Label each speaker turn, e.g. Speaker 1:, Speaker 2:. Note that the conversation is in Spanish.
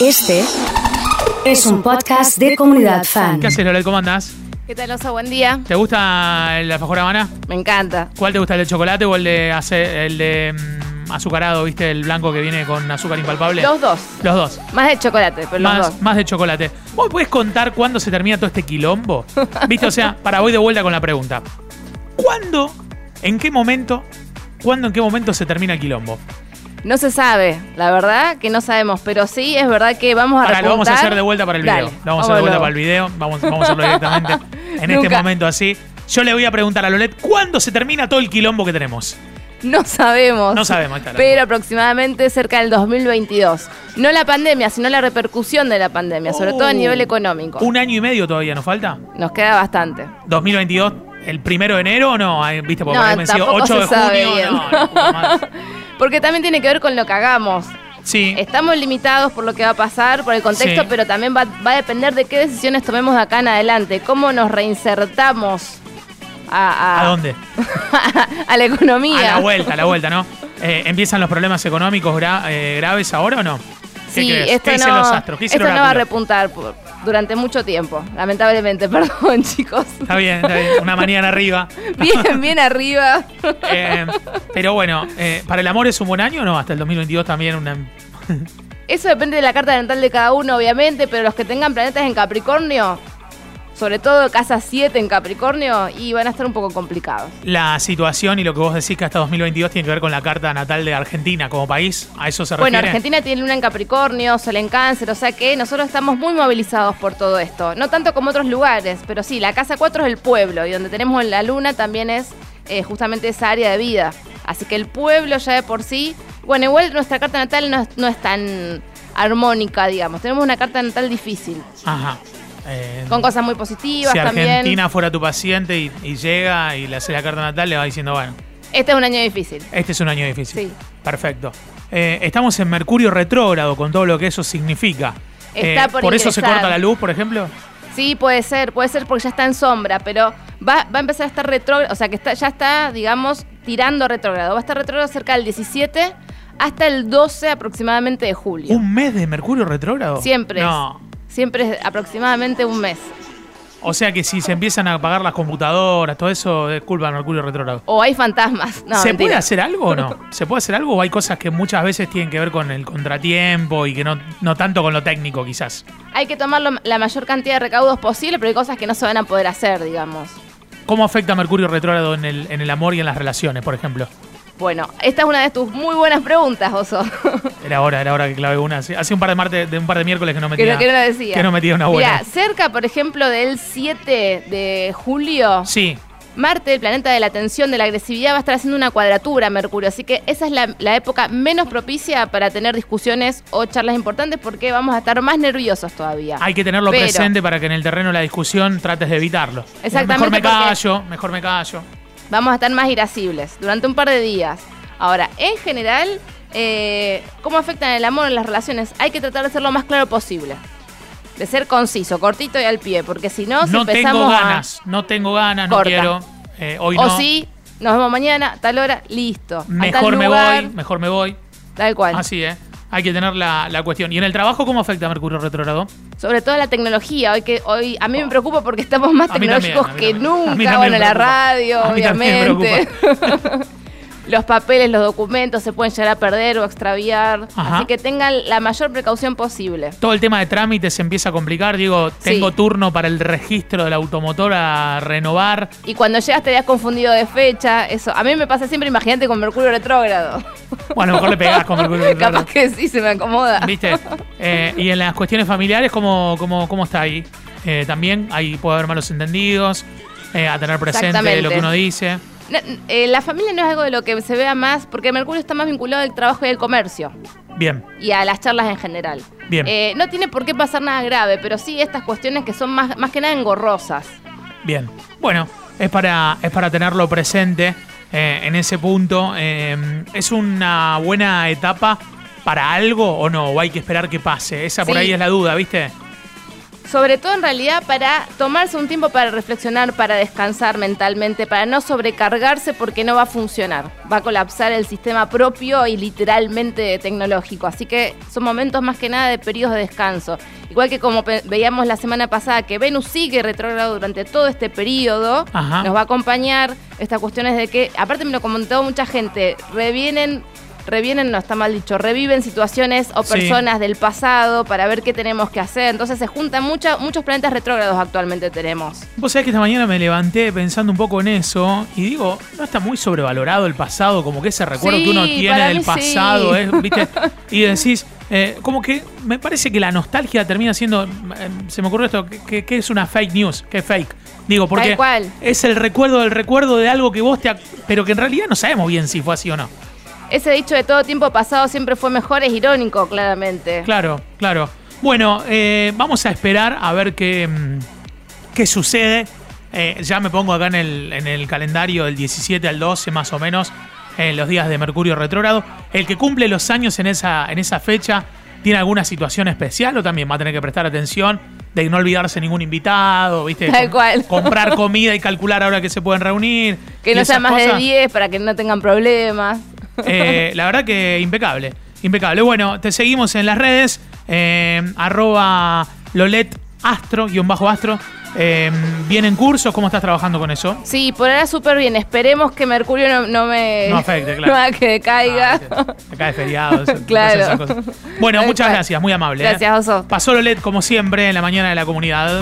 Speaker 1: Este es un podcast de comunidad fan.
Speaker 2: ¿Qué haces, Lorel? ¿Cómo andás?
Speaker 3: ¿Qué tal, Oso? Buen día.
Speaker 2: ¿Te gusta el alfajor habana?
Speaker 3: Me encanta.
Speaker 2: ¿Cuál te gusta, el de chocolate o el de, ace- el de mm, azucarado, viste? El blanco que viene con azúcar impalpable.
Speaker 3: Los dos.
Speaker 2: Los dos.
Speaker 3: Más de chocolate, pero los
Speaker 2: Más,
Speaker 3: dos.
Speaker 2: más de chocolate. ¿Vos podés contar cuándo se termina todo este quilombo? ¿Viste? O sea, para voy de vuelta con la pregunta. ¿Cuándo, en qué momento, cuándo, en qué momento se termina el quilombo?
Speaker 3: No se sabe, la verdad que no sabemos, pero sí es verdad que vamos a
Speaker 2: Ahora, lo vamos a
Speaker 3: repuntar.
Speaker 2: hacer de vuelta para el video.
Speaker 3: Dale,
Speaker 2: lo vamos a hacer de vuelta
Speaker 3: luego.
Speaker 2: para el video. Vamos, vamos a hacerlo directamente en este
Speaker 3: Nunca.
Speaker 2: momento así. Yo le voy a preguntar a Lolet cuándo se termina todo el quilombo que tenemos.
Speaker 3: No sabemos.
Speaker 2: No sabemos, claro.
Speaker 3: Pero aproximadamente cerca del 2022. No la pandemia, sino la repercusión de la pandemia, sobre todo a
Speaker 2: Oh.
Speaker 3: nivel económico.
Speaker 2: ¿Un año y medio todavía nos falta?
Speaker 3: Nos queda bastante.
Speaker 2: 2022, el primero de enero, o no, Ay, viste, porque
Speaker 3: No,
Speaker 2: me han sido
Speaker 3: tampoco
Speaker 2: 8
Speaker 3: se
Speaker 2: de
Speaker 3: sabe
Speaker 2: junio,
Speaker 3: bien.
Speaker 2: no, la puta madre.
Speaker 3: Porque también tiene que ver con lo que hagamos.
Speaker 2: Sí,
Speaker 3: Estamos limitados por lo que va a pasar, por el contexto,
Speaker 2: Sí.
Speaker 3: pero también va, va a depender de qué decisiones tomemos de acá en adelante, cómo nos reinsertamos a,
Speaker 2: ¿a dónde?
Speaker 3: a la
Speaker 2: A
Speaker 3: economía.
Speaker 2: la vuelta, a la vuelta, ¿no? Eh, ¿Empiezan los problemas económicos gra- eh, graves ahora o no? ¿Qué
Speaker 3: sí,
Speaker 2: crees?
Speaker 3: esto
Speaker 2: ¿Qué dicen
Speaker 3: no,
Speaker 2: los astros? ¿Qué dice el
Speaker 3: esto no va a
Speaker 2: oráculo?
Speaker 3: repuntar por- durante mucho tiempo, lamentablemente, perdón chicos.
Speaker 2: Está bien, está bien, una mañana arriba.
Speaker 3: Bien, bien arriba.
Speaker 2: Eh, pero bueno, eh, ¿para el amor es un buen año o no? Hasta el 2022 también una...
Speaker 3: Eso depende de la carta dental de cada uno, obviamente, pero los que tengan planetas en Capricornio, sobre todo casa 7 en Capricornio, y van a estar un poco complicados.
Speaker 2: La situación y lo que vos decís que hasta 2022 tiene que ver con la carta natal de Argentina como país. ¿A eso se refiere?
Speaker 3: Bueno, Argentina tiene luna en Capricornio, sol en Cáncer, o sea que nosotros estamos muy movilizados por todo esto. No tanto como otros lugares, pero sí, la casa 4 es el pueblo y donde tenemos la luna también es eh, justamente esa área de vida. Así que el pueblo ya de por sí, bueno, igual nuestra carta natal no es, no es tan armónica, digamos. Tenemos una carta natal difícil,
Speaker 2: Ajá. Eh,
Speaker 3: con cosas muy positivas
Speaker 2: si
Speaker 3: también.
Speaker 2: Argentina fuera tu paciente y, y llega y le hace la carta natal, le va diciendo, bueno,
Speaker 3: Este es un año difícil.
Speaker 2: este es un año difícil.
Speaker 3: Sí.
Speaker 2: Perfecto. Eh, estamos en Mercurio retrógrado con todo lo que eso significa. Eh,
Speaker 3: Está por
Speaker 2: eso se
Speaker 3: ingresar.
Speaker 2: corta la luz, por ejemplo.
Speaker 3: Sí, puede ser, puede ser porque ya está en sombra, pero va, va a empezar a estar retrógrado, o sea que está, ya está, digamos, tirando a retrógrado. Va a estar retrógrado cerca del 17 hasta el 12 aproximadamente de julio.
Speaker 2: ¿Un mes de Mercurio retrógrado?
Speaker 3: Siempre es-
Speaker 2: No.
Speaker 3: Siempre es aproximadamente un mes.
Speaker 2: O sea que si se empiezan a apagar las computadoras, todo eso es culpa de Mercurio retrógrado.
Speaker 3: O hay fantasmas. No,
Speaker 2: ¿Se puede
Speaker 3: mentira.
Speaker 2: hacer algo o no? ¿Se puede hacer algo o hay cosas que muchas veces tienen que ver con el contratiempo y que no, no tanto con lo técnico quizás?
Speaker 3: Hay que tomar lo- la mayor cantidad de recaudos posible, pero hay cosas que no se van a poder hacer, digamos.
Speaker 2: ¿Cómo afecta Mercurio retrógrado en el, en el amor y en las relaciones, por ejemplo?
Speaker 3: Bueno, esta es una de tus muy buenas preguntas, Oso.
Speaker 2: Era hora, era hora que clave una. Hace hace un par de martes, de un par de miércoles que no
Speaker 3: que,
Speaker 2: metía.
Speaker 3: no, que no lo decía.
Speaker 2: que no metía una buena.
Speaker 3: Mirá, cerca, por ejemplo, del 7 de julio,
Speaker 2: Sí.
Speaker 3: Marte, el planeta de la tensión, de la agresividad, va a estar haciendo una cuadratura a Mercurio. Así que esa es la, la época menos propicia para tener discusiones o charlas importantes porque vamos a estar más nerviosos todavía.
Speaker 2: Hay que tenerlo
Speaker 3: Pero-
Speaker 2: presente para que en el terreno de la discusión trates de evitarlo.
Speaker 3: Exactamente,
Speaker 2: Mejor me
Speaker 3: porque-
Speaker 2: callo, mejor me callo.
Speaker 3: Vamos a estar más irascibles durante un par de días. Ahora, en general, eh, ¿cómo afectan el amor en las relaciones? Hay que tratar de ser lo más claro posible. De ser conciso, cortito y al pie, porque si no, si
Speaker 2: No
Speaker 3: empezamos
Speaker 2: tengo
Speaker 3: a-
Speaker 2: ganas, no tengo ganas, no
Speaker 3: Corta.
Speaker 2: quiero. Eh, hoy
Speaker 3: o
Speaker 2: no.
Speaker 3: sí, nos vemos mañana, tal hora, listo. A tal
Speaker 2: Mejor me
Speaker 3: lugar,
Speaker 2: voy, mejor me voy.
Speaker 3: Tal cual.
Speaker 2: Así, ¿eh? Hay que tener la, la cuestión. ¿Y en el trabajo cómo afecta a Mercurio retrógrado?
Speaker 3: Sobre todo la tecnología, hoy que hoy a mí me preocupa porque estamos más
Speaker 2: A mí también,
Speaker 3: tecnológicos
Speaker 2: a mí
Speaker 3: que
Speaker 2: también. A mí
Speaker 3: nunca,
Speaker 2: también
Speaker 3: bueno,
Speaker 2: me
Speaker 3: la
Speaker 2: preocupa.
Speaker 3: radio,
Speaker 2: A mí también me
Speaker 3: obviamente. los papeles, los documentos se pueden llegar a perder o extraviar,
Speaker 2: Ajá.
Speaker 3: así que tengan la mayor precaución posible.
Speaker 2: Todo el tema de trámites se empieza a complicar. Digo, tengo
Speaker 3: Sí.
Speaker 2: turno para el registro de la automotor a renovar.
Speaker 3: Y cuando llegas te hayas confundido de fecha, eso. A mí me pasa siempre, imagínate con Mercurio retrógrado.
Speaker 2: O a lo mejor le pegás con Mercurio
Speaker 3: Capaz
Speaker 2: retrógrado.
Speaker 3: que sí se me acomoda.
Speaker 2: ¿Viste? Eh, y en las cuestiones familiares, ¿cómo, cómo, cómo está ahí? Eh, también ahí puede haber malos entendidos, eh, a tener presente
Speaker 3: Exactamente.
Speaker 2: lo que uno dice.
Speaker 3: No, eh, la familia no es algo de lo que se vea más, porque Mercurio está más vinculado al trabajo y al comercio.
Speaker 2: Bien,
Speaker 3: y a las charlas en general.
Speaker 2: Bien.
Speaker 3: Eh, no tiene por qué pasar nada grave, pero sí estas cuestiones que son más, más que nada engorrosas.
Speaker 2: bien. Bueno, es para, es para tenerlo presente eh, en ese punto. Eh, ¿Es una buena etapa para algo o no? ¿O hay que esperar que pase? Esa por
Speaker 3: Sí.
Speaker 2: ahí es la duda, ¿viste?
Speaker 3: Sobre todo en realidad para tomarse un tiempo para reflexionar, para descansar mentalmente, para no sobrecargarse porque no va a funcionar. Va a colapsar el sistema propio y literalmente tecnológico. Así que son momentos más que nada de periodos de descanso. Igual que como pe- veíamos la semana pasada que Venus sigue retrógrado durante todo este periodo,
Speaker 2: Ajá.
Speaker 3: nos va a acompañar estas cuestiones de que, aparte me lo comentó mucha gente, revienen, revienen, no está mal dicho, reviven situaciones o
Speaker 2: Sí.
Speaker 3: personas del pasado para ver qué tenemos que hacer. Entonces se juntan mucha- muchos planetas retrógrados actualmente tenemos.
Speaker 2: Vos sabés que esta mañana me levanté pensando un poco en eso y digo, no está muy sobrevalorado el pasado, como que ese recuerdo
Speaker 3: Sí,
Speaker 2: que uno tiene
Speaker 3: para
Speaker 2: del
Speaker 3: mí
Speaker 2: pasado,
Speaker 3: sí.
Speaker 2: ¿eh? ¿viste? Y decís, eh, como que me parece que la nostalgia termina siendo, eh, se me ocurrió esto, que, que- que es una fake news, que es fake. Digo, porque
Speaker 3: Tal cual.
Speaker 2: es el recuerdo del recuerdo de algo que vos te... ac- Pero que en realidad no sabemos bien si fue así o no.
Speaker 3: Ese dicho de todo tiempo pasado siempre fue mejor es irónico, claramente.
Speaker 2: Claro, claro. Bueno, eh, vamos a esperar a ver qué, mm, qué sucede. Eh, ya me pongo acá en el, en el calendario del 17 al 12 más o menos, en los días de Mercurio retrógrado. El que cumple los años en esa, en esa fecha tiene alguna situación especial o también va a tener que prestar atención de no olvidarse ningún invitado, ¿viste?
Speaker 3: Tal
Speaker 2: Com-
Speaker 3: cual.
Speaker 2: Comprar comida y calcular ahora que se pueden reunir.
Speaker 3: Que
Speaker 2: y
Speaker 3: no sea
Speaker 2: esas
Speaker 3: más de
Speaker 2: cosas.
Speaker 3: 10 para que no tengan problemas.
Speaker 2: Eh, la verdad que impecable. Impecable. Bueno, te seguimos en las redes. eh, arroba Lolet Astro, guión bajo Astro. Eh, ¿Vienen cursos? ¿Cómo estás trabajando con eso?
Speaker 3: Sí, por ahora súper bien. Esperemos que Mercurio no, no me.
Speaker 2: No afecte, claro.
Speaker 3: no haga que caiga.
Speaker 2: Ah, acá es feriado. eso,
Speaker 3: Claro.
Speaker 2: esas cosas. Bueno,
Speaker 3: Tal
Speaker 2: muchas
Speaker 3: cual.
Speaker 2: gracias. Muy amable. eh.
Speaker 3: Gracias, Oso.
Speaker 2: Pasó Lolet, como siempre, en la mañana de la comunidad.